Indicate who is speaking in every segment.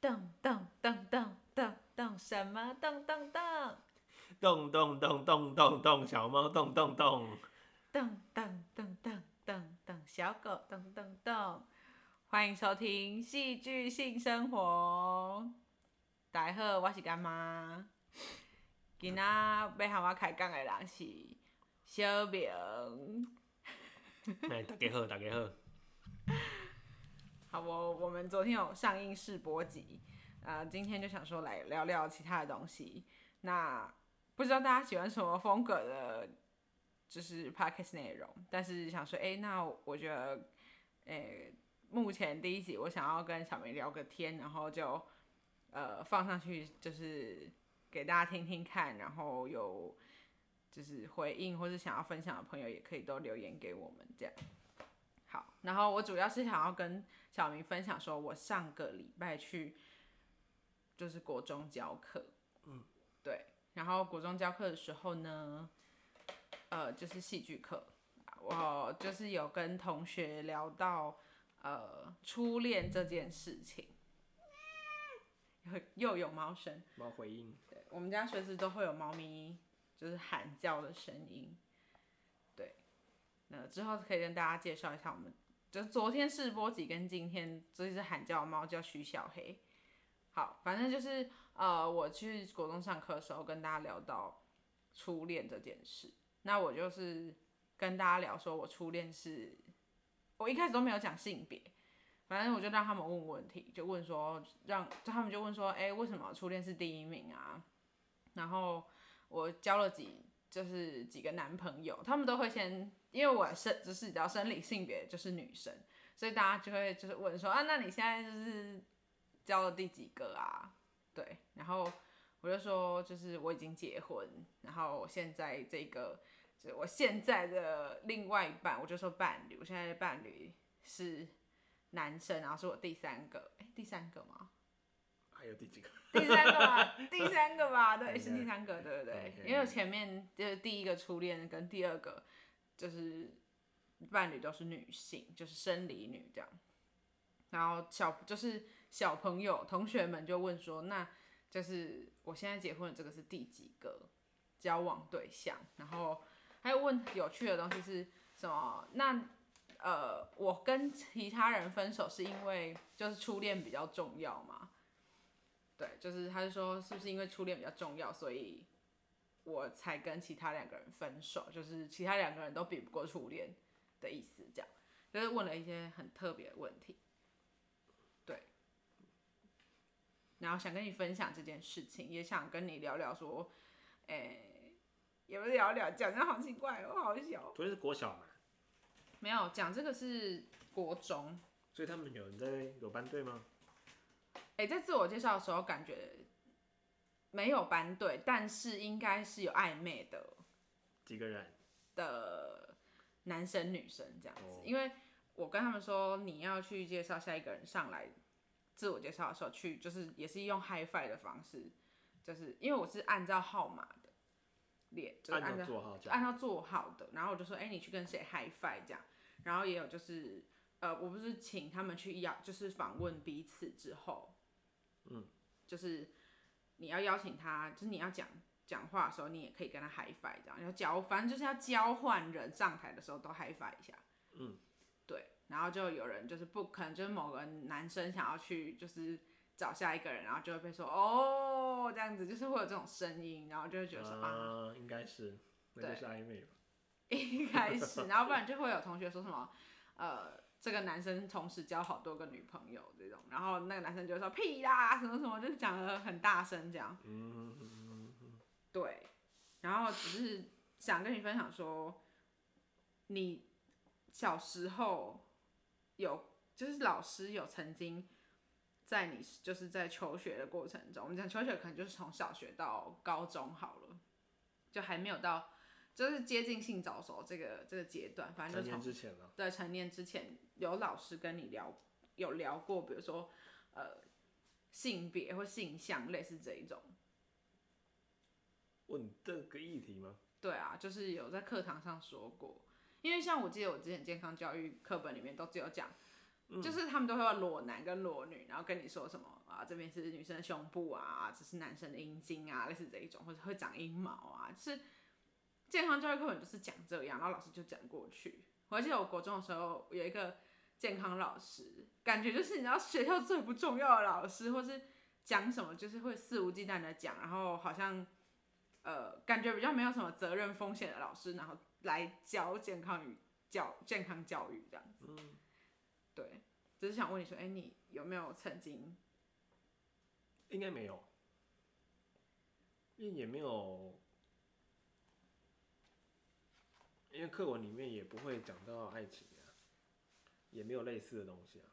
Speaker 1: 当当当当当当什么当当当
Speaker 2: 动动动动动动，小猫动动 动。
Speaker 1: 当当当当当当小狗当当当，欢迎收听戏剧性生活。大家好，我是干妈。今仔要和我开讲的人是小明。
Speaker 2: 哎，大家好，大家好。
Speaker 1: 好，我我们昨天有上映试播集，呃，今天就想说来聊聊其他的东西。那不知道大家喜欢什么风格的，就是 podcast 内容，但是想说，哎、那我觉得，哎、目前第一集我想要跟小梅聊个天，然后就呃放上去，就是给大家听听看，然后有就是回应或是想要分享的朋友，也可以都留言给我们这样。好，然后我主要是想要跟小明分享说，我上个礼拜去就是国中教课，嗯，对，然后国中教课的时候呢，呃，就是戏剧课，我就是有跟同学聊到呃初恋这件事情，又又有猫声。
Speaker 2: 猫回应。
Speaker 1: 对，我们家随时都会有猫咪就是喊叫的声音。对，那之后可以跟大家介绍一下我们，就是昨天试播集跟今天这只喊叫的猫叫徐小黑。好，反正就是呃，我去国中上课的时候跟大家聊到初恋这件事，那我就是跟大家聊说我初恋是，我一开始都没有讲性别。反正我就让他们问问题，就问说，让就他们就问说，哎、为什么初恋是第一名啊？然后我交了几就是几个男朋友，他们都会先，因为我生就是只要生理性别就是女生，所以大家就会就是问说，啊，那你现在就是交了第几个啊？对，然后我就说，就是我已经结婚，然后我现在这个。就我现在的另外一半，我就说伴侣，我现在的伴侣是男生，然后是我第三个，哎、第三个吗？
Speaker 2: 还有第几个？
Speaker 1: 第三个吧，第三个吧，对，
Speaker 2: OK
Speaker 1: 是第三个，对哎对对
Speaker 2: OK
Speaker 1: 因为我前面就是第一个初恋跟第二个就是伴侣都是女性，就是生理女这样。然后小就是小朋友同学们就问说，那就是我现在结婚的这个是第几个交往对象？然后还有问有趣的东西是什么？那呃，我跟其他人分手是因为就是初恋比较重要嘛？对，就是他就说是不是因为初恋比较重要，所以我才跟其他两个人分手，就是其他两个人都比不过初恋的意思，这样就是问了一些很特别的问题，对。然后想跟你分享这件事情，也想跟你聊聊说，诶、也不是聊聊，讲的好奇怪哦，好小。
Speaker 2: 昨天是国小嘛，
Speaker 1: 没有讲这个是国中，
Speaker 2: 所以他们有人在有班队吗？
Speaker 1: 哎、在自我介绍的时候感觉没有班队，但是应该是有暧昧的
Speaker 2: 几个人？
Speaker 1: 的男生女生这样子，
Speaker 2: 哦
Speaker 1: 因为我跟他们说你要去介绍下一个人上来自我介绍的时候去，就是也是用 HiFi 的方式，就是因为我是按照号码的列，就是
Speaker 2: 按
Speaker 1: 按
Speaker 2: 照
Speaker 1: 照
Speaker 2: 座号这
Speaker 1: 就按
Speaker 2: 样。
Speaker 1: 照做好的，然后我就说，哎、你去跟谁 high five 这样，然后也有就是，呃，我不是请他们去邀，就是访问彼此之后，
Speaker 2: 嗯，
Speaker 1: 就是你要邀请他，就是你要讲讲话的时候，你也可以跟他 high five 这样，然后交，反正就是要交换人上台的时候都 high five 一下，
Speaker 2: 嗯，
Speaker 1: 对，然后就有人就是不可能就是某个男生想要去就是找下一个人，然后就会被说哦这样子，就是会有这种声音，然后就会觉得说啊
Speaker 2: 啊，应该是，那就是暧昧吧。
Speaker 1: 一开始，然后不然就会有同学说什么，呃，这个男生同时交好多个女朋友这种，然后那个男生就会说屁啦，什么什么，就讲的很大声这样。
Speaker 2: 嗯嗯，嗯
Speaker 1: 对，然后只是想跟你分享说，你小时候有，就是老师有曾经在你就是在求学的过程中，我们讲求学可能就是从小学到高中好了，就还没有到就是接近性早熟这个这个阶段，反正
Speaker 2: 三
Speaker 1: 就
Speaker 2: 年
Speaker 1: 从
Speaker 2: 之前了。
Speaker 1: 对成年之前有老师跟你聊有聊过，比如说呃性别或性向类似这一种。
Speaker 2: 问这个议题吗？
Speaker 1: 对啊，就是有在课堂上说过，因为像我记得我之前健康教育课本里面都只有讲就是他们都会有裸男跟裸女，然后跟你说什么啊，这边是女生的胸部啊，这是男生的阴茎啊，类似这一种，或者会长阴毛啊，就是健康教育课本就是讲这样，然后老师就讲过去。我还记得我国中的时候有一个健康老师，感觉就是你知道学校最不重要的老师，或是讲什么就是会肆无忌惮的讲，然后好像呃感觉比较没有什么责任风险的老师，然后来教健康与教健康教育这样子。
Speaker 2: 嗯
Speaker 1: 对，只是想问你说，哎、你有没有曾经
Speaker 2: 应该没有，因为也没有，因为课文里面也不会讲到爱情啊，也没有类似的东西啊，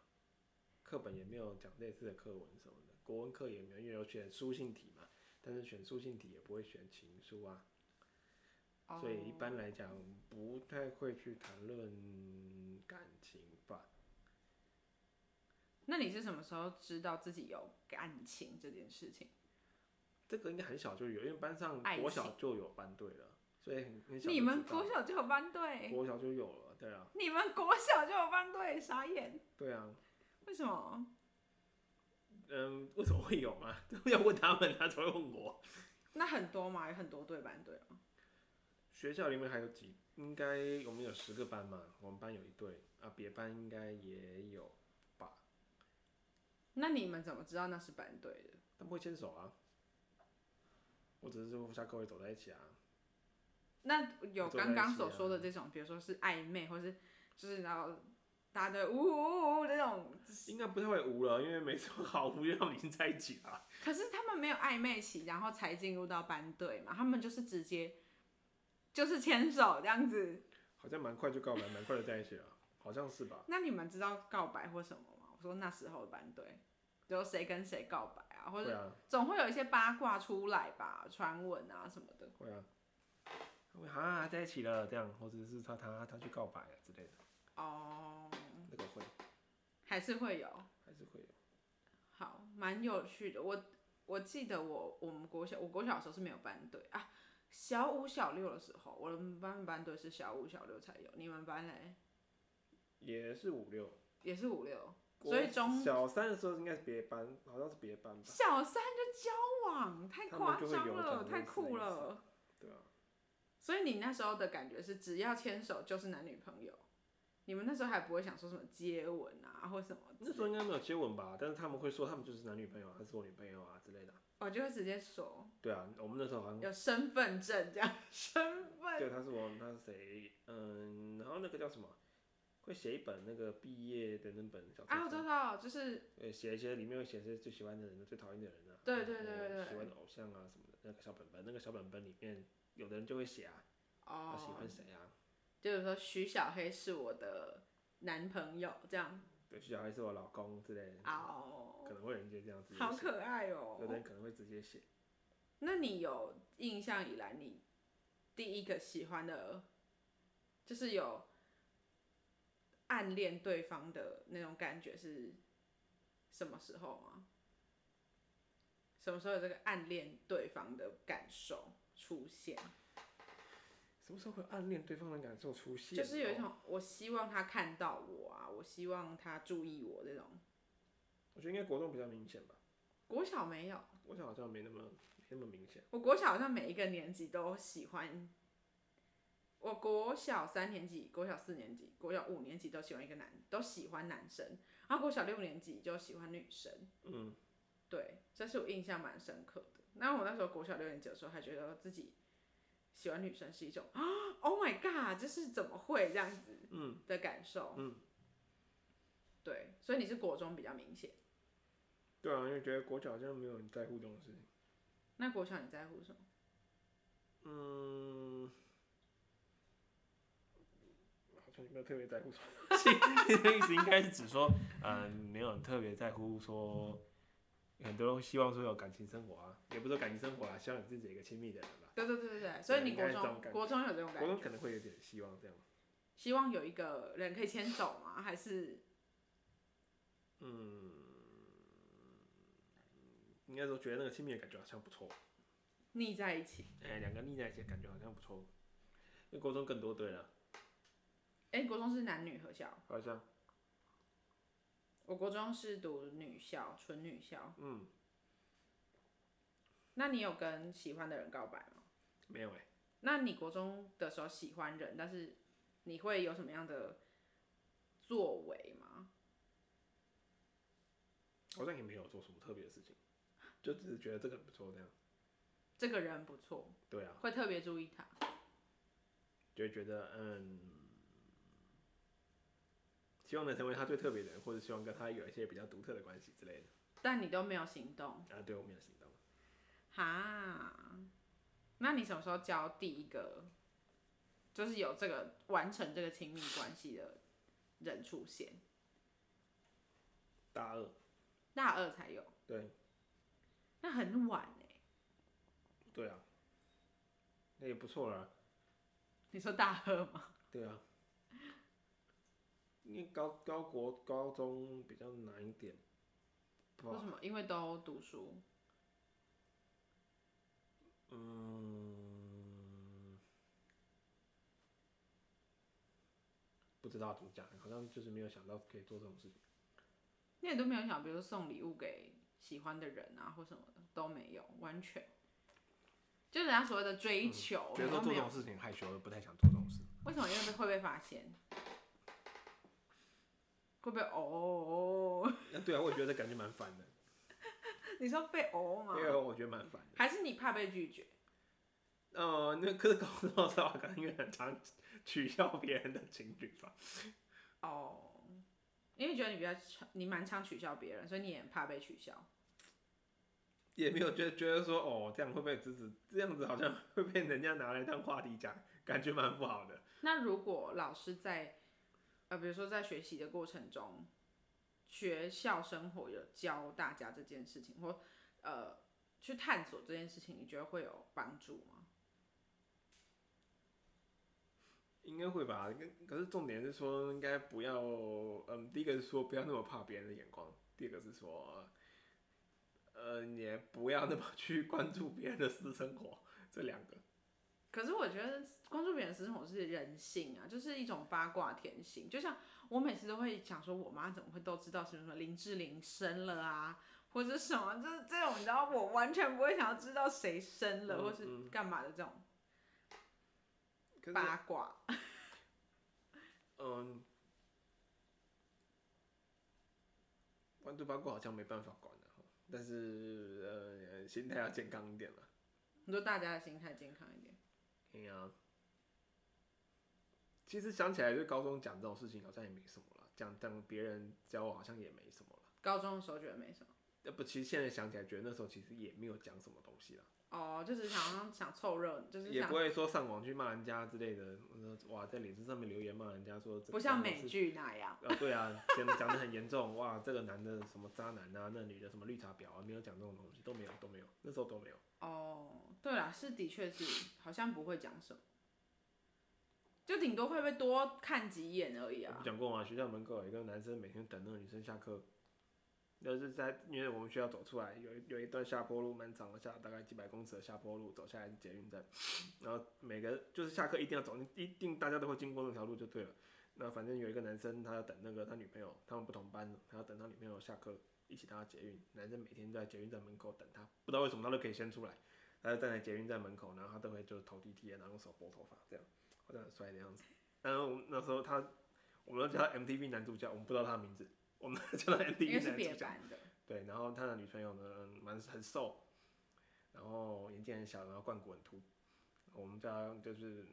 Speaker 2: 课本也没有讲类似的课文什么的，国文课也没有，因为有选书信体嘛，但是选书信体也不会选情书啊，
Speaker 1: 哦
Speaker 2: 所以一般来讲不太会去谈论感情吧。
Speaker 1: 那你是什么时候知道自己有感情这件事情？
Speaker 2: 这个应该很小就有，因为班上
Speaker 1: 爱
Speaker 2: 国小
Speaker 1: 情
Speaker 2: 就有班队了，所以很很小就
Speaker 1: 你们
Speaker 2: 知道
Speaker 1: 国小就有班队，
Speaker 2: 国小就有了，对啊，
Speaker 1: 你们国小就有班队，傻眼，
Speaker 2: 对啊，
Speaker 1: 为什么？
Speaker 2: 嗯，为什么会有嘛？ 要问他们，他才会问我。
Speaker 1: 那很多嘛，有很多对班队哦吗？
Speaker 2: 学校里面还有几？应该我们有十个班嘛，我们班有一对啊，别班应该也有吧？
Speaker 1: 那你们怎么知道那是班队的？
Speaker 2: 他们会牵手啊，或者是下课会走在一起啊。
Speaker 1: 那有
Speaker 2: 坐在
Speaker 1: 刚刚
Speaker 2: 一起
Speaker 1: 所
Speaker 2: 啊
Speaker 1: 说的这种，比如说是暧昧，或是就是然后大家都呜呜呜这种，
Speaker 2: 应该不太会无了，因为没什么好无，因为他们已经在一起啊了。
Speaker 1: 可是他们没有暧昧期，然后才进入到班队嘛，他们就是直接就是牵手这样子。
Speaker 2: 好像蛮快就告白，蛮快就在一起了，好像是吧？
Speaker 1: 那你们知道告白或什么吗？我说那时候的班队，就谁跟谁告白啊，或
Speaker 2: 会
Speaker 1: 者
Speaker 2: 啊，
Speaker 1: 总会有一些八卦出来吧，传闻啊什么的。
Speaker 2: 会啊。他会啊，在一起了这样，或者是他他他去告白啊之类的，
Speaker 1: 哦，
Speaker 2: 那个会
Speaker 1: 还是会有，
Speaker 2: 还是会有。
Speaker 1: 好，蛮有趣的。我我记得我我们国小，我国小的时候是没有班队啊，小五小六的时候，我们班班队是小五小六才有，你们班嘞
Speaker 2: 也是五六，
Speaker 1: 也是五六，
Speaker 2: 国
Speaker 1: 所以中
Speaker 2: 小三的时候应该是别班，好像是别班吧？
Speaker 1: 小三就交往，太
Speaker 2: 他
Speaker 1: 夸
Speaker 2: 们就会
Speaker 1: 张
Speaker 2: 有
Speaker 1: 了，
Speaker 2: 讲
Speaker 1: 太
Speaker 2: 类似的
Speaker 1: 酷
Speaker 2: 意思
Speaker 1: 了。
Speaker 2: 对啊，
Speaker 1: 所以你那时候的感觉是，只要牵手就是男女朋友。你们那时候还不会想说什么接吻啊，或什么之
Speaker 2: 那
Speaker 1: 类
Speaker 2: 时候
Speaker 1: 的，
Speaker 2: 应该没有接吻吧？但是他们会说他们就是男女朋友啊，他是我女朋友啊之类的。
Speaker 1: 我就会直接说
Speaker 2: 对啊，我们那时候好像
Speaker 1: 有身份证这样，身份
Speaker 2: 对他是我，他是谁？嗯，然后那个叫什么？会写一本那个毕业的那本小册
Speaker 1: 啊，我
Speaker 2: 子，
Speaker 1: 知道，就是
Speaker 2: 呃，写一些里面会写一些最喜欢的人、最讨厌的人啊，
Speaker 1: 对对
Speaker 2: 然
Speaker 1: 对对
Speaker 2: 后
Speaker 1: 对
Speaker 2: 喜欢的偶像啊什么的，那个小本本，那个小本本里面有的人就会写啊，他喜
Speaker 1: 哦
Speaker 2: 欢，谁啊？
Speaker 1: 就是说徐小黑是我的男朋友这样，
Speaker 2: 对，徐小黑是我老公之类的，可
Speaker 1: 哦，
Speaker 2: 能会有人就这样子，
Speaker 1: 好可爱哦
Speaker 2: 有。的人可能会直接写。
Speaker 1: 那你有印象以来，你第一个喜欢的，就是有暗恋对方的那种感觉是什么时候吗？什么时候有这个暗恋对方的感受出现？
Speaker 2: 什么时候会暗恋对方的感受出现？
Speaker 1: 就是有一，种我希望他看到我啊，我希望他注意我这种。
Speaker 2: 我觉得应该国中比较明显吧，
Speaker 1: 国小没有，
Speaker 2: 国小好像没那么没那么明显。
Speaker 1: 我国小好像每一个年级都喜欢，我国小三年级、国小四年级、国小五年级都喜欢一个男，都喜欢男生，然后国小六年级就喜欢女生。
Speaker 2: 嗯，
Speaker 1: 对，这是我印象蛮深刻的。那我那时候国小六年级的时候，还觉得自己喜欢女生是一种啊，Oh my god，就是怎么会这样子？
Speaker 2: 嗯
Speaker 1: 的感受。
Speaker 2: 嗯，
Speaker 1: 对，所以你是国中比较明显。
Speaker 2: 对啊，因为觉得国小好像没有人在乎这种事情。
Speaker 1: 那国小你在乎什么？
Speaker 2: 嗯，好像也没有特别在乎什么东西。你的意思应该是指说，嗯，没有人特别在乎说，很多人会希望说有感情生活啊，也不是说感情生活啊，希望你自己有一个亲密的人吧。
Speaker 1: 对对对对对，所以你
Speaker 2: 应
Speaker 1: 国
Speaker 2: 该是这
Speaker 1: 中
Speaker 2: 种感觉
Speaker 1: 国中有这种感
Speaker 2: 国中
Speaker 1: 觉，
Speaker 2: 可能会有点希望这样。
Speaker 1: 希望有一个人可以牵手吗？ 还是
Speaker 2: 嗯应该说觉得那个亲密的感觉好像不错。
Speaker 1: 腻在一起？
Speaker 2: 哎、两个腻在一起的感觉好像不错。因为国中更多对了，
Speaker 1: 哎、国中是男女合校，
Speaker 2: 好像
Speaker 1: 我国中是读女校，纯女校。
Speaker 2: 嗯，
Speaker 1: 那你有跟喜欢的人告白吗？
Speaker 2: 没有哎、
Speaker 1: 那你国中的时候喜欢人，但是你会有什么样的作为吗？
Speaker 2: 好像也没有做什么特别的事情，就只是觉得这个很不错这样。
Speaker 1: 这个人不错，
Speaker 2: 对啊，
Speaker 1: 会特别注意他。
Speaker 2: 就会觉得嗯，希望能成为他最特别的人，或者希望跟他有一些比较独特的关系之类的。
Speaker 1: 但你都没有行动，
Speaker 2: 啊，对我没有行动，
Speaker 1: 哈？那你什么时候交第一个，就是有这个完成这个亲密关系的人出现？
Speaker 2: 大二
Speaker 1: 大二才有，
Speaker 2: 对
Speaker 1: 那很晚哎、
Speaker 2: 对啊，那也不错啦。
Speaker 1: 你说大二吗？
Speaker 2: 对啊，因为高高国高中比较难一点，不
Speaker 1: 为
Speaker 2: 好
Speaker 1: 什么？因为都读书，
Speaker 2: 嗯，不知道怎么讲，好像就是没有想到可以做这种事情。
Speaker 1: 你也都没有想，比如说送礼物给喜欢的人啊，或什么的都没有，完全。就人家所谓的追求，
Speaker 2: 嗯觉得
Speaker 1: 然
Speaker 2: 说
Speaker 1: 后
Speaker 2: 做
Speaker 1: 没
Speaker 2: 这
Speaker 1: 有
Speaker 2: 种事情害羞，不太想做这种事。
Speaker 1: 为什么？因为会被发现，会被哦？
Speaker 2: 啊对啊，我也觉得感觉蛮烦的，
Speaker 1: 你说被哦吗？
Speaker 2: 因为啊我觉得蛮烦的。
Speaker 1: 还是你怕被拒绝？
Speaker 2: 哦、那可是高中的时候，可能因为很常取笑别人的情侣吧。
Speaker 1: 哦，因为觉得你比较常，你蛮常取笑别人，所以你也很怕被取笑。
Speaker 2: 也没有觉得觉得说哦，这样会不会只是这样子好像 会被人家拿来当话题讲，感觉蛮不好的。
Speaker 1: 那如果老师在，呃，比如说在学习的过程中，学校生活有教大家这件事情，或呃，去探索这件事情，你觉得会有帮助吗？
Speaker 2: 应该会吧，跟可是重点是说应该不要，嗯，第一个是说不要那么怕别人的眼光，第二个是说，呃，你也不要那么去关注别人的私生活，这两个。
Speaker 1: 可是我觉得关注别人私生活是人性啊，就是一种八卦天性。就像我每次都会想说，我妈怎么会都知道什么什么林志玲生了啊，或者什么，就是这种你知道，我完全不会想要知道谁生了，
Speaker 2: 嗯
Speaker 1: 或是
Speaker 2: 嗯
Speaker 1: 干嘛的这种
Speaker 2: 可是，
Speaker 1: 八卦。
Speaker 2: 嗯，关注八卦好像没办法管的、啊，但是呃，心态要健康一点了。
Speaker 1: 你说大家的心态健康一点。
Speaker 2: 哎呀、
Speaker 1: 啊
Speaker 2: 其实想起来，就高中讲这种事情好像也没什么了，讲讲别人教我好像也没什么了。
Speaker 1: 高中的时候觉得没什么，
Speaker 2: 呃，不，其实现在想起来，觉得那时候其实也没有讲什么东西啦，
Speaker 1: 哦，就只是想要想凑热，就是
Speaker 2: 也
Speaker 1: 想
Speaker 2: 不会说上网去骂人家之类的。呃哇，在脸书上面留言骂人家说这
Speaker 1: 不像
Speaker 2: 这样
Speaker 1: 美
Speaker 2: 是
Speaker 1: 剧那样。
Speaker 2: 啊，对啊，讲讲的很严重，哇，这个男的什么渣男啊，那女的什么绿茶婊啊，没有讲这种东西，都没有，都没有，那时候都没有。
Speaker 1: 哦，对啦，是的确是，好像不会讲什么，就顶多会被多看几眼而已
Speaker 2: 我
Speaker 1: 啊
Speaker 2: 不。讲过吗？学校门口有一个男生每天等那个女生下课，就是在因为我们学校走出来有一有一段下坡路，蛮长的下，大概几百公尺的下坡路，走下来是捷运站，然后每个就是下课一定要走，一定大家都会经过那条路就对了。那反正有一个男生，他要等那个他女朋友，他们不同班的，他要等他女朋友下课，一起搭捷运。男生每天在捷运站门口等他，不知道为什么他都可以先出来，他就站在捷运站门口，然后他都会就是头低低的，然后用手拨头发这样，好像很帅的样子。然后我们那时候他，我们都叫他 MTV 男主角，我们不知道他的名字，我们都叫他
Speaker 1: 因
Speaker 2: MTV
Speaker 1: 为
Speaker 2: 男
Speaker 1: 是
Speaker 2: 主角。
Speaker 1: 别班的，
Speaker 2: 对，然后他的女朋友呢，蛮很瘦，然后眼睛很小，然后冠骨很凸，我们叫他就是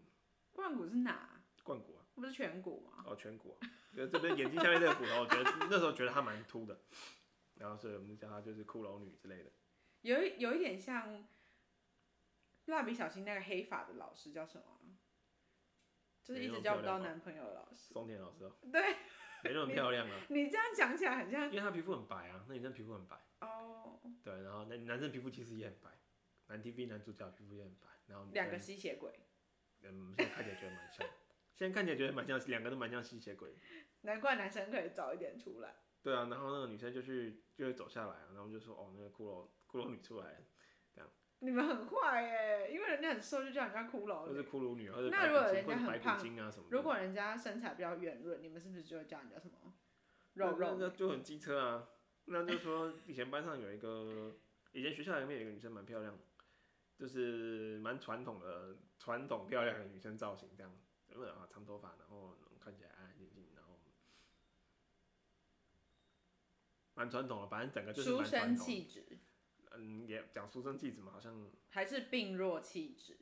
Speaker 1: 冠谷是哪？
Speaker 2: 冠骨啊，
Speaker 1: 不是颧骨吗？
Speaker 2: 哦，颧骨啊，就是这边眼睛下面这个骨头，我觉得那时候觉得他蛮凸 的，然后所以我们就叫他就是骷髅女之类的。
Speaker 1: 有一有一点像蜡笔小新那个黑发的老师叫什么啊？就是
Speaker 2: 没
Speaker 1: 一
Speaker 2: 那
Speaker 1: 直
Speaker 2: 么
Speaker 1: 交不
Speaker 2: 漂
Speaker 1: 到
Speaker 2: 亮吧
Speaker 1: 男朋友的老师。
Speaker 2: 松田老师哦，
Speaker 1: 对
Speaker 2: 没那么漂亮啊，
Speaker 1: 你这样讲起来很像
Speaker 2: 因为她皮肤很白啊，那女生皮肤很白，
Speaker 1: 哦，
Speaker 2: 对，然后那男生皮肤其实也很白，男 TV 男主角皮肤也很白，然后女
Speaker 1: 两个
Speaker 2: 生
Speaker 1: 吸血鬼。
Speaker 2: 嗯，现在看起来觉得蛮像，现在看起来觉得蛮像，两个都蛮像吸血鬼。
Speaker 1: 难怪男生可以早一点出来。
Speaker 2: 对啊，然后那个女生就去就会走下来啊，然后我们就说哦，那个骷髅骷髅女出来了，
Speaker 1: 你们很坏耶，因为人家很瘦就叫人家骷
Speaker 2: 或
Speaker 1: 髅
Speaker 2: 者是
Speaker 1: 女。
Speaker 2: 骷髅女，或者
Speaker 1: 哦那如果
Speaker 2: 白骨
Speaker 1: 人家
Speaker 2: 精或者
Speaker 1: 很
Speaker 2: 白
Speaker 1: 胖
Speaker 2: 骨精啊什么的。
Speaker 1: 如果人家身材比较圆润，你们是不是就会叫人家什么肉
Speaker 2: 那
Speaker 1: 肉
Speaker 2: 那
Speaker 1: 的，
Speaker 2: 就很机车啊。那就说以前班上有一个，以前学校里面有一个女生蛮漂亮的，就是蛮传统的传统漂亮的女生造型这样，嗯啊长头发，然后看起来安安静静，然后蛮传统的，反正整个就是
Speaker 1: 书
Speaker 2: 蛮传
Speaker 1: 生
Speaker 2: 统的。
Speaker 1: 气质
Speaker 2: 嗯，也讲书生气质嘛，好像
Speaker 1: 还是病弱气质？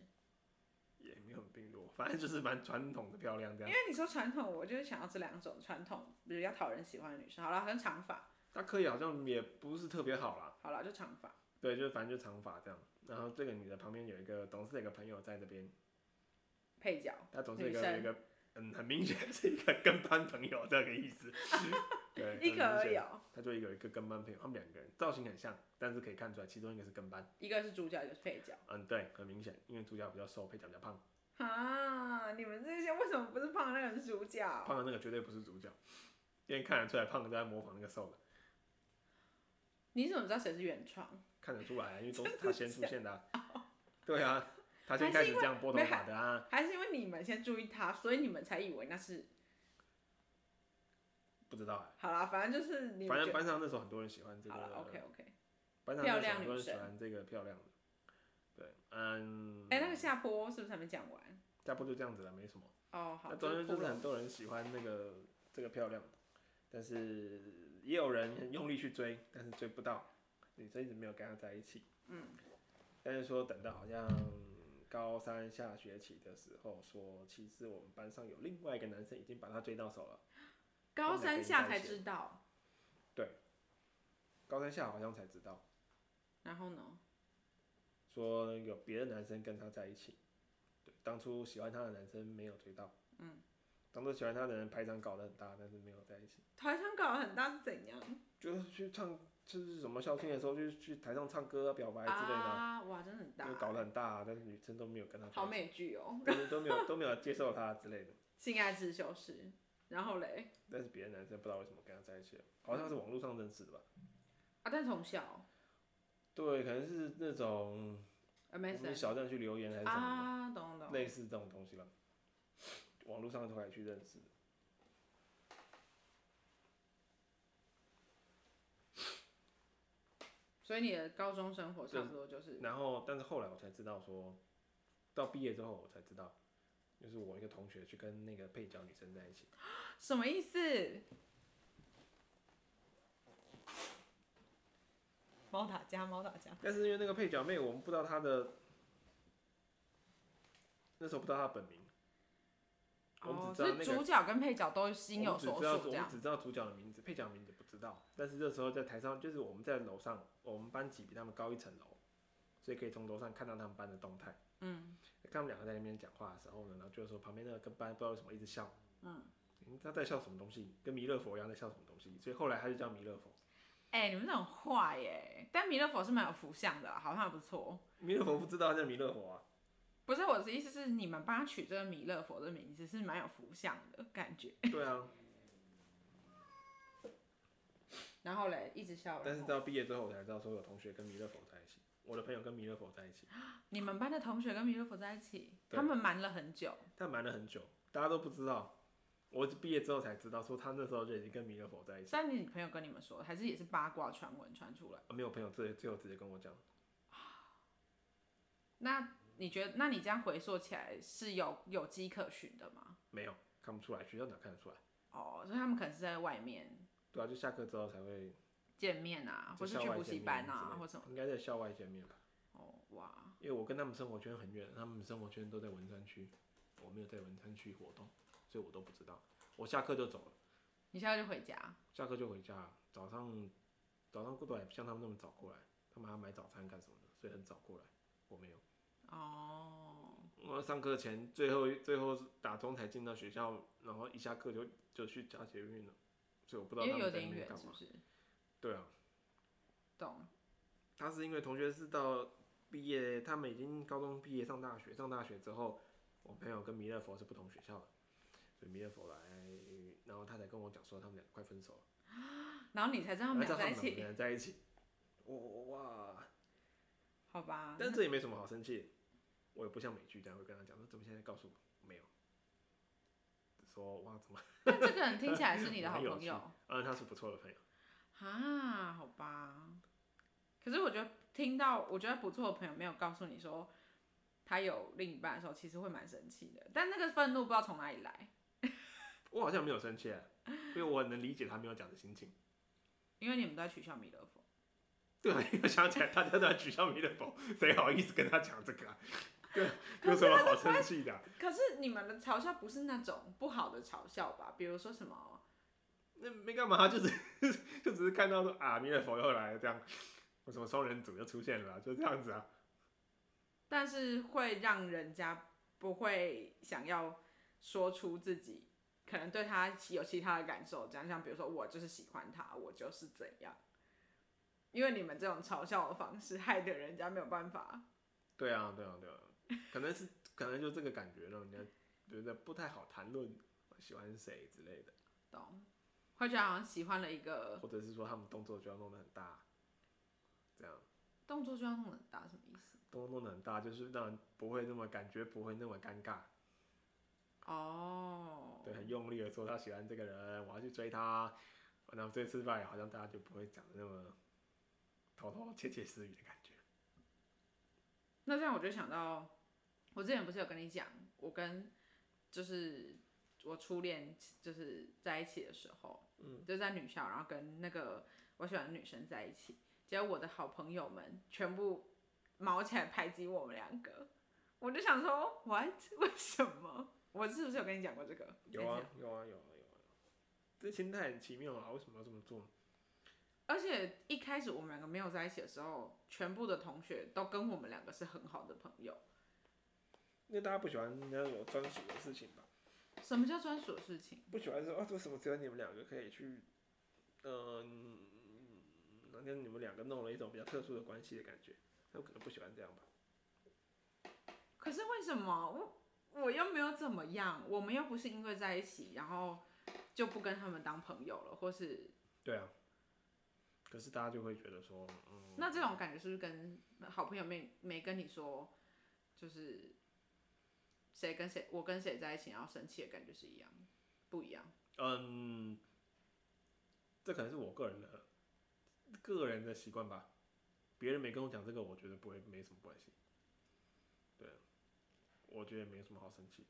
Speaker 2: 也没有很病弱，反正就是蛮传统的漂亮这
Speaker 1: 因
Speaker 2: 样
Speaker 1: 为。你说传统，我就是想要这两种传统比较讨人喜欢的女生。好了，跟长发，
Speaker 2: 她刻意好像也不是特别好啦，
Speaker 1: 好了就长发，
Speaker 2: 对，就是反正就长发这样。然后这个女的旁边有一个，总是有一个朋友在这边，
Speaker 1: 配角
Speaker 2: 她总是有一
Speaker 1: 女
Speaker 2: 个
Speaker 1: 生
Speaker 2: 有一个，嗯，很明显是一个跟班朋友这个 意思。对，
Speaker 1: 一个而已、
Speaker 2: 啊。
Speaker 1: 哦，
Speaker 2: 他就有一个跟班朋友，他们两个人造型很像，但是可以看出来其中一个是跟班。
Speaker 1: 一个是主角，一个是配角。
Speaker 2: 嗯，对，很明显，因为主角比较瘦，配角比较胖，
Speaker 1: 啊，你们这些为什么不是胖的那个是主角？
Speaker 2: 胖的那个绝对不是主角，因为看得出来胖的在模仿那个瘦的，
Speaker 1: 你怎么知道谁是原创？
Speaker 2: 看得出来啊，因为都是他先出现的、啊。对啊，他先开
Speaker 1: 还是
Speaker 2: 始
Speaker 1: 因
Speaker 2: 这样拨头
Speaker 1: 没
Speaker 2: 发的啊，
Speaker 1: 还是因为你们先注意他，所以你们才以为那是
Speaker 2: 不知道啊。
Speaker 1: 好啦，反正就是你
Speaker 2: 反
Speaker 1: 们
Speaker 2: 正
Speaker 1: 觉
Speaker 2: 班上那时候很多人喜欢这
Speaker 1: 得
Speaker 2: 个。
Speaker 1: 好了，OK OK。
Speaker 2: 班上
Speaker 1: 漂
Speaker 2: 那时候
Speaker 1: 亮
Speaker 2: 很多
Speaker 1: 女
Speaker 2: 人喜
Speaker 1: 生
Speaker 2: 欢这个漂亮的。对，嗯，
Speaker 1: 哎、那个下坡是不是还没讲完？
Speaker 2: 下坡就这样子了，没什么。
Speaker 1: 哦，好，
Speaker 2: 那总
Speaker 1: 这
Speaker 2: 之就是
Speaker 1: 是
Speaker 2: 很多人喜欢那个这个漂亮的，但是也有人很用力去追，但是追不到，女生一直没有跟他在一起。
Speaker 1: 嗯，
Speaker 2: 但是说等到好像高三下学期的时候，说其实我们班上有另外一个男生已经把她追到手了。
Speaker 1: 高三下才知道。
Speaker 2: 高三下好像才知道，
Speaker 1: 然后呢？
Speaker 2: 说有别的男生跟她在一起。对，当初喜欢她的男生没有追到。
Speaker 1: 嗯。
Speaker 2: 当初喜欢她的人排场搞得很大，但是没有在一起。
Speaker 1: 台上搞得很大是怎样？
Speaker 2: 就是去唱，就是什么校庆的时候去去台上唱歌啊、表白之类的啊，
Speaker 1: 啊，哇，真的很大
Speaker 2: 就，搞得很大、啊，但是女生都没有跟他
Speaker 1: 好美剧哦，
Speaker 2: 在一起，都没有都没有接受他之类的。
Speaker 1: 《性爱自修室》。然后嘞，
Speaker 2: 但是别的男生不知道为什么跟他在一起了，好像是网络上认识的吧？
Speaker 1: 啊，但从小
Speaker 2: 对，可能是那种我们
Speaker 1: amazing
Speaker 2: 小站去留言还是什么
Speaker 1: 啊，懂
Speaker 2: 的，
Speaker 1: 懂。
Speaker 2: 类似这种东西吧。网络上都可以去认识的，
Speaker 1: 所以你的高中生活差不多就是
Speaker 2: 然后但是后来我才知道说，到毕业之后我才知道，就是我一个同学去跟那个配角女生在一起，
Speaker 1: 什么意思？猫打架，猫打架。
Speaker 2: 但是因为那个配角妹，我们不知道她的，那时候不知道她本名，我们
Speaker 1: 哦，
Speaker 2: 只
Speaker 1: 所
Speaker 2: 知道
Speaker 1: 以
Speaker 2: 那个，
Speaker 1: 主角跟配角都心
Speaker 2: 我
Speaker 1: 有
Speaker 2: 们只
Speaker 1: 所
Speaker 2: 知道
Speaker 1: 属，
Speaker 2: 我
Speaker 1: 这
Speaker 2: 们
Speaker 1: 样
Speaker 2: 只知道主角的名字，配角名字不知道。但是那时候在台上，就是我们在楼上，我们班级比他们高一层楼，所以可以从楼上看到他们班的动态。
Speaker 1: 嗯
Speaker 2: 看他们两个在那边讲话的时候呢，然后就是说旁边那个跟班不知道为什么一直笑，
Speaker 1: 嗯。
Speaker 2: 嗯他在笑什么东西，跟弥勒佛一样在笑什么东西，所以后来他就叫弥勒佛。
Speaker 1: 哎、你们这种坏耶！但弥勒佛是蛮有福相的啦，好像还不错。
Speaker 2: 弥勒佛不知道他叫弥勒佛 啊，
Speaker 1: 不是我的意思是，你们帮他取这个弥勒佛的名字是蛮有福相的感觉。
Speaker 2: 对啊。
Speaker 1: 然后嘞，一直笑。
Speaker 2: 但是
Speaker 1: 然后
Speaker 2: 到毕业之后，我才知道说有同学跟弥勒佛在一起，我的朋友跟弥勒佛在一起，
Speaker 1: 你们班的同学跟弥勒佛在一起，
Speaker 2: 对
Speaker 1: 他们瞒了很久。
Speaker 2: 他瞒了很久，大家都不知道。我毕业之后才知道，说他那时候就已经跟弥勒佛在一起。
Speaker 1: 但你朋友跟你们说，还是也是八卦传闻传出来？
Speaker 2: 啊、没有朋友最最后直接跟我讲，
Speaker 1: 那你觉得，那你这样回溯起来是有有迹可循的吗？
Speaker 2: 没有看不出来，学校哪看得出来？
Speaker 1: 哦，所以他们可能是在外面
Speaker 2: 对啊，就下课之后才会
Speaker 1: 见面啊，或
Speaker 2: 在
Speaker 1: 是
Speaker 2: 校
Speaker 1: 去
Speaker 2: 外
Speaker 1: 补
Speaker 2: 见
Speaker 1: 习
Speaker 2: 面
Speaker 1: 班
Speaker 2: 之类
Speaker 1: 啊，
Speaker 2: 的
Speaker 1: 或什么。
Speaker 2: 应该在校外见面吧？
Speaker 1: 哦，哇，
Speaker 2: 因为我跟他们生活圈很远，他们生活圈都在文山区，我没有在文山区活动，所以我都不知道。我下课就走了，
Speaker 1: 你现在就回家，
Speaker 2: 下课就回家了，早上早上过来不像他们那么早过来，他们还要买早餐干什么的，所以很早过来，我没有。
Speaker 1: 哦，
Speaker 2: 我上课前最后最后打钟才进到学校，然后一下课就就去加捷运了，所以我不知道
Speaker 1: 因
Speaker 2: 他
Speaker 1: 为有
Speaker 2: 们在那
Speaker 1: 点
Speaker 2: 边
Speaker 1: 远，
Speaker 2: 干
Speaker 1: 是
Speaker 2: 嘛
Speaker 1: 不。是？
Speaker 2: 对啊，
Speaker 1: 懂，
Speaker 2: 他是因为同学是到毕业，他们已经高中毕业上大学，上大学之后，我朋友跟弥勒佛是不同学校的，所以弥勒佛来，然后他才跟我讲说他们俩快分手了，
Speaker 1: 然后你才知道他
Speaker 2: 然后
Speaker 1: 们
Speaker 2: 知道
Speaker 1: 俩
Speaker 2: 他
Speaker 1: 在
Speaker 2: 们
Speaker 1: 一起，
Speaker 2: 两个人在一起，哇、哇，
Speaker 1: 好 吧？
Speaker 2: 但这也没什么好生气，我也不像美剧这样会跟他讲说怎么现在告诉我没有，只说哇怎么，
Speaker 1: 但这个人听起来是 你的好
Speaker 2: 很有
Speaker 1: 朋
Speaker 2: 趣
Speaker 1: 友
Speaker 2: 嗯，他是不错的朋友，
Speaker 1: 啊，好吧。可是我觉得听到我觉得不错的朋友没有告诉你说他有另一半的时候，其实会蛮生气的。但那个愤怒不知道从哪里来，
Speaker 2: 我好像没有生气啊，因为我很能理解他没有讲的心情。
Speaker 1: 因为你们都在取笑米勒佛。
Speaker 2: 对啊，又想起来大家都在取笑米勒佛，谁好意思跟他讲这个啊？ 对，
Speaker 1: 可
Speaker 2: 有
Speaker 1: 是
Speaker 2: 什么好生气的啊、
Speaker 1: 可是你们的嘲笑不是那种不好的嘲笑吧？比如说什么？
Speaker 2: 那没干嘛，就只 就只是看到说啊，米勒佛又来了这样，我什么双人组又出现了啊、就这样子啊。
Speaker 1: 但是会让人家不会想要说出自己可能对他有其他的感受，这样像比如说我就是喜欢他，我就是怎样，因为你们这种嘲笑的方式，害得人家没有办法。
Speaker 2: 对啊，对啊，对啊，可能是可能就这个感觉让人家觉得不太好谈论喜欢谁之类的，
Speaker 1: 懂，会觉得好像喜欢了一个
Speaker 2: 或者是说他们动作就要弄得很大，这样
Speaker 1: 动作就要弄得很大，什么意思？
Speaker 2: 动作弄得很大，就是让人不会那么感觉不会那么尴尬。
Speaker 1: 哦，
Speaker 2: 对，很用力的说他喜欢这个人，我要去追他，然后这次失败，好像大家就不会讲的那么偷偷窃窃私语的感觉。
Speaker 1: 那这样我就想到，我之前不是有跟你讲，我跟就是我初恋就是在一起的时候，嗯，就在女校，然后跟那个我喜欢的女生在一起，结果我的好朋友们全部毛起来排挤我们两个，我就想说，what？为 什么？我是不是有跟你讲过这个？
Speaker 2: 有啊，有啊，有啊，有啊，这心态很奇妙啊，为什么要这么做？
Speaker 1: 而且一开始我们两个没有在一起的时候，全部的同学都跟我们两个是很好的朋友。
Speaker 2: 因为大家不喜欢人家有专属的事情吧，
Speaker 1: 什么叫专属的事情？
Speaker 2: 不喜欢说啊，为什么只有你们两个可以去，嗯、那天你们两个弄了一种比较特殊的关系的感觉，他们可能不喜欢这样吧。
Speaker 1: 可是为什么我我又没有怎么样？我们又不是因为在一起，然后就不跟他们当朋友了，或是
Speaker 2: 对啊，可是大家就会觉得说，嗯，
Speaker 1: 那这种感觉是不是跟好朋友没没跟你说，就是谁跟谁我跟谁在一起，然后生气的感觉是一样，不一样？
Speaker 2: 嗯，这可能是我个人的个人的习惯吧。别人没跟我讲这个，我觉得不会没什么关系。对，啊我觉得没什么好生气的。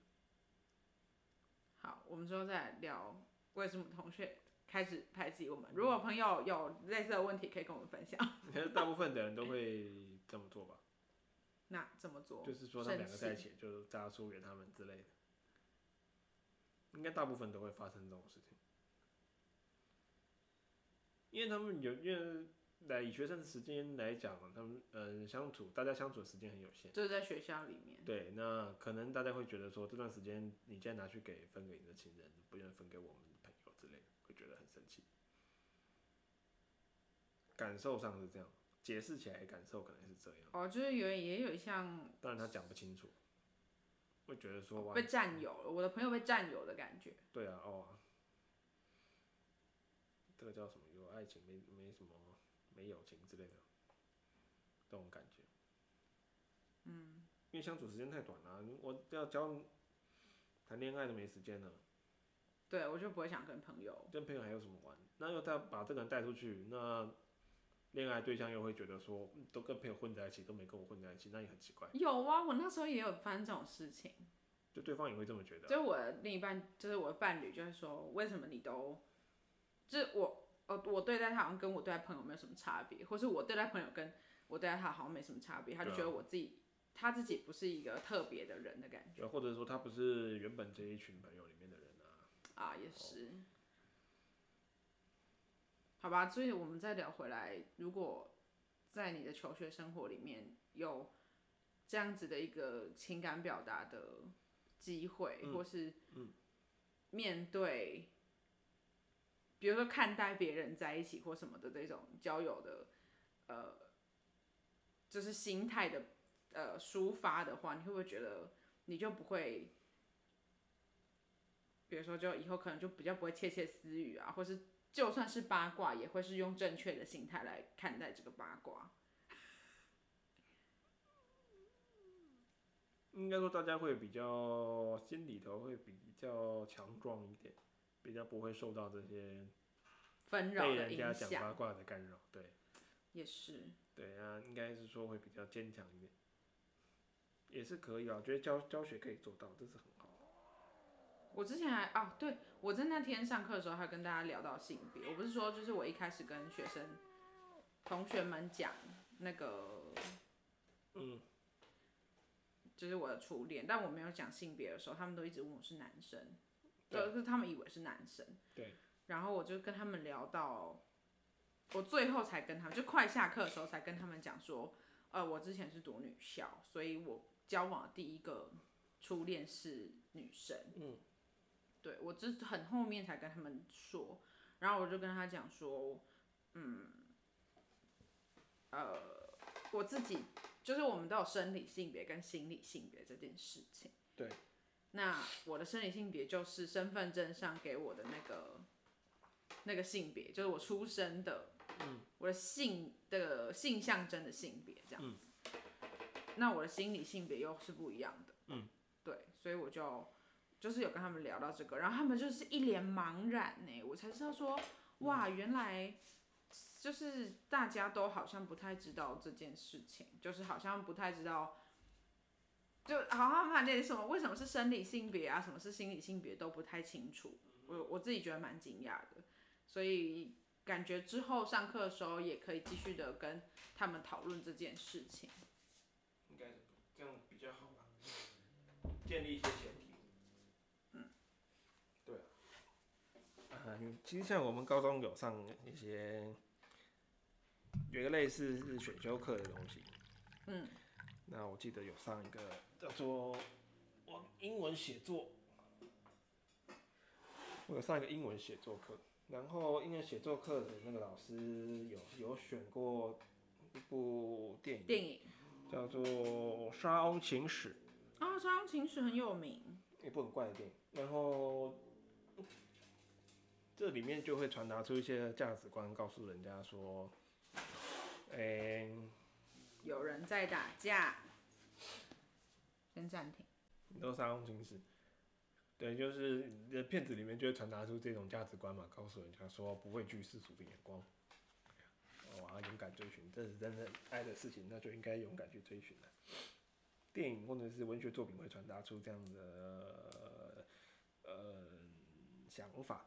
Speaker 1: 好，我们之后再聊为什么同学开始排挤我们。如果朋友有类似的问题，可以跟我们分享。
Speaker 2: 可能大部分的人 都会这么做吧，
Speaker 1: 那怎么做？
Speaker 2: 就是说他们两个
Speaker 1: 生
Speaker 2: 在一
Speaker 1: 气
Speaker 2: 起，就是大家输给他们之类的。应该大部分都会发生这种事情，因为他们有，因为来以学生的时间来讲，他们呃相处，大家相处的时间很有限。
Speaker 1: 就是在学校里面。
Speaker 2: 对，那可能大家会觉得说，这段时间你既然拿去给分给你的情人，不愿意分给我们的朋友之类的，会觉得很生气。感受上是这样，解释起来感受可能是这样，
Speaker 1: 哦，就是有也有像
Speaker 2: 当然他讲不清楚，会觉得说哇
Speaker 1: 哦被，占有了，我的朋友被占有的感觉。
Speaker 2: 对啊，哦啊，这个叫什么？有爱情没没什么没友情之类的，这种感觉。嗯，因为相处时间太短了、我要教谈恋爱都没时间了。
Speaker 1: 对，我就不会想跟朋友。
Speaker 2: 跟朋友还有什么玩？那又带把这个人带出去，那恋爱对象又会觉得说，嗯都跟朋友混在一起，都没跟我混在一起，那也很奇怪。
Speaker 1: 有啊，我那时候也有发生这种事情，
Speaker 2: 就对方也会这么觉
Speaker 1: 就
Speaker 2: 得啊。
Speaker 1: 是我的另一半，就是我的伴侣，就会说，为什么你都，就是我，呃，我对待他好像跟我对待朋友没有什么差别，或是我对待朋友跟我对待他好像没什么差别，他就
Speaker 2: 对啊
Speaker 1: 觉得我自己，他自己不是一个特别的人的感觉
Speaker 2: 对，或者说他不是原本这一群朋友里面的人啊。
Speaker 1: 啊，也是。好吧，所以我们再聊回来，如果在你的求学生活里面有这样子的一个情感表达的机会，或是面对，比如说看待别人在一起或什么的这种交友的，呃，就是心态的呃抒发的话，你会不会觉得你就不会？比如说，就以后可能就比较不会窃窃私语啊，或是就算是八卦，也会是用正确的心态来看待这个八卦。
Speaker 2: 应该说大家会比较心里头会比较强壮一点，比较不会受到这些
Speaker 1: 纷扰
Speaker 2: 被
Speaker 1: 的
Speaker 2: 人家
Speaker 1: 影
Speaker 2: 讲
Speaker 1: 响
Speaker 2: 八卦的干扰。对
Speaker 1: 也是。
Speaker 2: 对啊，应该是说会比较坚强一点，也是可以啊。我觉得教教学可以做到，这是很好的。
Speaker 1: 我之前还啊，对我在那天上课的时候还跟大家聊到性别，我不是说就是我一开始跟学生同学们讲那个，
Speaker 2: 嗯，
Speaker 1: 就是我的初恋，但我没有讲性别的时候，他们都一直问我是男生，
Speaker 2: 对
Speaker 1: 就是他们以为是男生，
Speaker 2: 对，
Speaker 1: 然后我就跟他们聊到，我最后才跟他们，就快下课的时候才跟他们讲说，呃，我之前是读女校，所以我交往的第一个初恋是女生。
Speaker 2: 嗯，
Speaker 1: 对我这很后面才跟他们说，然后我就跟他讲说，嗯，呃，我自己就是我们都有生理性别跟心理性别这件事情。
Speaker 2: 对，
Speaker 1: 那我的生理性别就是身份证上给我的那个那个性别，就是我出生的，嗯，我的性的性象征的性别这样
Speaker 2: 嗯
Speaker 1: 子。那我的心理性别又是不一样的，
Speaker 2: 嗯，
Speaker 1: 对，所以我就就是有跟他们聊到这个，然后他们就是一脸茫然呢、我才知道说，哇，原来。就是大家都好像不太知道这件事情，就是好像不太知道就好像蛮那什么，为什么是生理性别啊，什么是心理性别都不太清楚，我我自己觉得蛮惊讶的，所以感觉之后上课的时候也可以继续的跟他们讨论这件事情。
Speaker 2: 应该这样比较好吧，建立一些前提。对啊。嗯，其实像我们高中有上一些有一个类似是选修课的东西，
Speaker 1: 嗯，
Speaker 2: 那我记得有上一个叫做我英文写作，我有上一个英文写作课，然后英文写作课的那个老师有有选过一部电影，
Speaker 1: 电影
Speaker 2: 叫做《沙鸥情史》，
Speaker 1: 啊，中央情史很有名，
Speaker 2: 一部很怪的电影。然后这里面就会传达出一些价值观，告诉人家说，哎诶、
Speaker 1: 有人在打架，先暂停。
Speaker 2: 你都沙翁情史，对，就是你的片子里面就会传达出这种价值观嘛，告诉人家说不畏惧世俗的眼光，哦，啊，勇敢追寻，这是真的爱的事情，那就应该勇敢去追寻了。电影或者是文学作品会传达出这样的呃想法，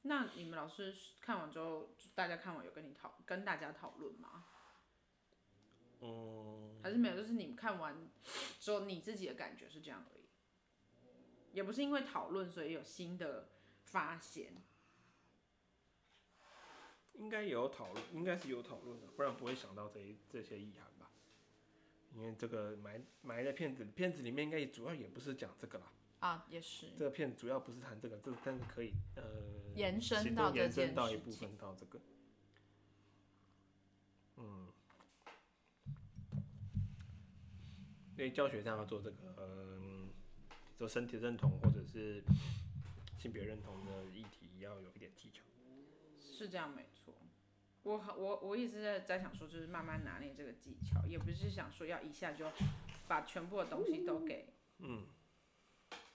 Speaker 1: 那你们老师看完之后，大家看完有跟你讨跟大家讨论吗？
Speaker 2: 嗯，
Speaker 1: 还是没有，就是你看完之后你自己的感觉是这样而已，也不是因为讨论所以有新的发现。
Speaker 2: 应该有讨论，应该是有讨论的，不然不会想到这一这些意涵吧。因为这个埋埋在片子片子里面，应该也主要也不是讲这个啦。
Speaker 1: 啊，也是
Speaker 2: 这个片主要不是谈这个，这但是可以呃
Speaker 1: 延伸
Speaker 2: 行
Speaker 1: 到
Speaker 2: 动
Speaker 1: 这
Speaker 2: 延
Speaker 1: 件
Speaker 2: 伸到
Speaker 1: 事
Speaker 2: 一部
Speaker 1: 情
Speaker 2: 分到这个，嗯，所以教学上要做这个，嗯、做身体认同或者是性别认同的议题，要有一点技巧。
Speaker 1: 是这样没错。我很我我一直在在想说，就是慢慢拿捏这个技巧，也不是想说要一下就把全部的东西都给
Speaker 2: 嗯，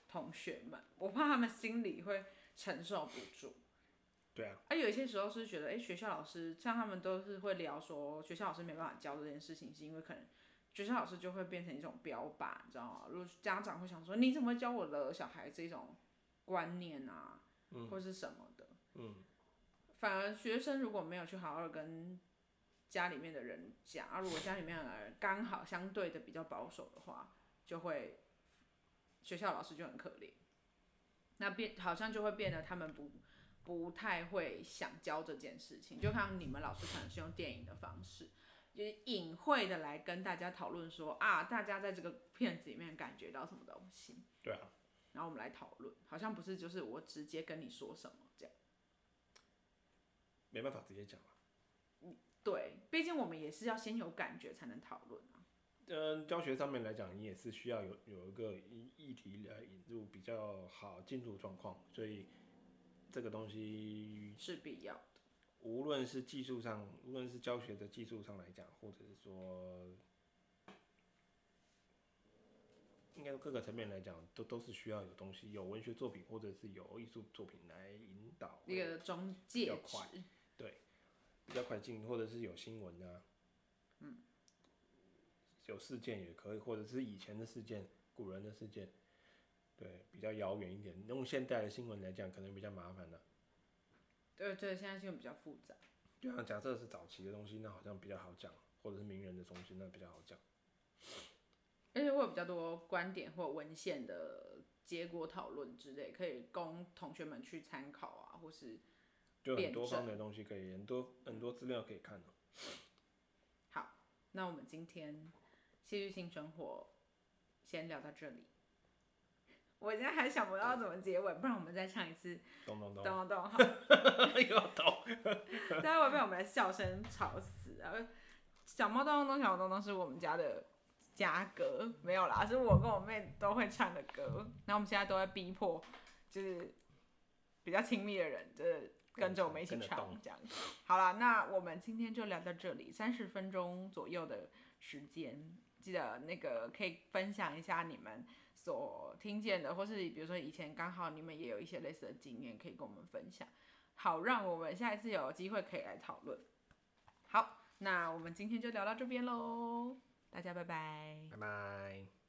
Speaker 1: 同学们，我怕他们心里会承受不住。
Speaker 2: 对啊，
Speaker 1: 啊，有一些时候是觉得，哎、学校老师像他们都是会聊说，学校老师没办法教这件事情，是因为可能学校老师就会变成一种标靶，你知道吗？如果家长会想说，你怎么会教我的小孩这种观念啊，或是什么的，
Speaker 2: 嗯，
Speaker 1: 反而学生如果没有去好好地跟家里面的人讲，啊，如果家里面的人刚好相对的比较保守的话，就会学校老师就很可怜，那变好像就会变得他们不不太会想教这件事情，就看你们老师可能是用电影的方式。就是隐晦的来跟大家讨论说啊，大家在这个片子里面感觉到什么东西，
Speaker 2: 对啊，
Speaker 1: 然后我们来讨论，好像不是就是我直接跟你说什么这样。
Speaker 2: 没办法直接讲啊。
Speaker 1: 对，毕竟我们也是要先有感觉才能讨论啊。
Speaker 2: 嗯，教学上面来讲，你也是需要有有一个议议题来引入比较好进入状况，所以这个东西
Speaker 1: 是必要的。
Speaker 2: 无论是技术上，无论是教学的技术上来讲，或者是说应该说各个层面来讲，都都是需要有东西，有文学作品或者是有艺术作品来引导
Speaker 1: 一个中
Speaker 2: 比较
Speaker 1: 介
Speaker 2: 快
Speaker 1: 值，
Speaker 2: 比较快进，或者是有新闻啊，嗯，有事件也可以，或者是以前的事件、古人的事件，对，比较遥远一点。用现代的新闻来讲，可能比较麻烦了、
Speaker 1: 对对，现在新闻比较复杂，
Speaker 2: 对啊，假设是早期的东西，那好像比较好讲，或者是名人的东西，那比较好讲。
Speaker 1: 而且会有比较多观点或文献的结果讨论之类，可以供同学们去参考啊，或是
Speaker 2: 就很
Speaker 1: 辩
Speaker 2: 多
Speaker 1: 证
Speaker 2: 方面的东西可以，很多很多资料可以看哦、
Speaker 1: 好，那我们今天戏剧性生活先聊到这里。我现在还想不到怎么结尾，不然我们再唱一次，
Speaker 2: 咚咚
Speaker 1: 咚
Speaker 2: 咚，
Speaker 1: 咚咚。
Speaker 2: 又要抖。
Speaker 1: 大家会被我们的笑声吵死啊！小猫咚咚咚，小猫咚咚是我们家的家歌，没有啦，是我跟我妹都会唱的歌。然后我们现在都在逼迫，就是比较亲密的人，就是跟着我们一起
Speaker 2: 跟着
Speaker 1: 唱
Speaker 2: 动
Speaker 1: 这样。好啦，那我们今天就聊到这里，三十分钟左右的时间，记得那个可以分享一下你们。所听见的，或是比如说以前刚好你们也有一些类似的经验，可以跟我们分享。好，让我们下一次有机会可以来讨论。好，那我们今天就聊到这边喽，大家拜拜。
Speaker 2: 拜拜。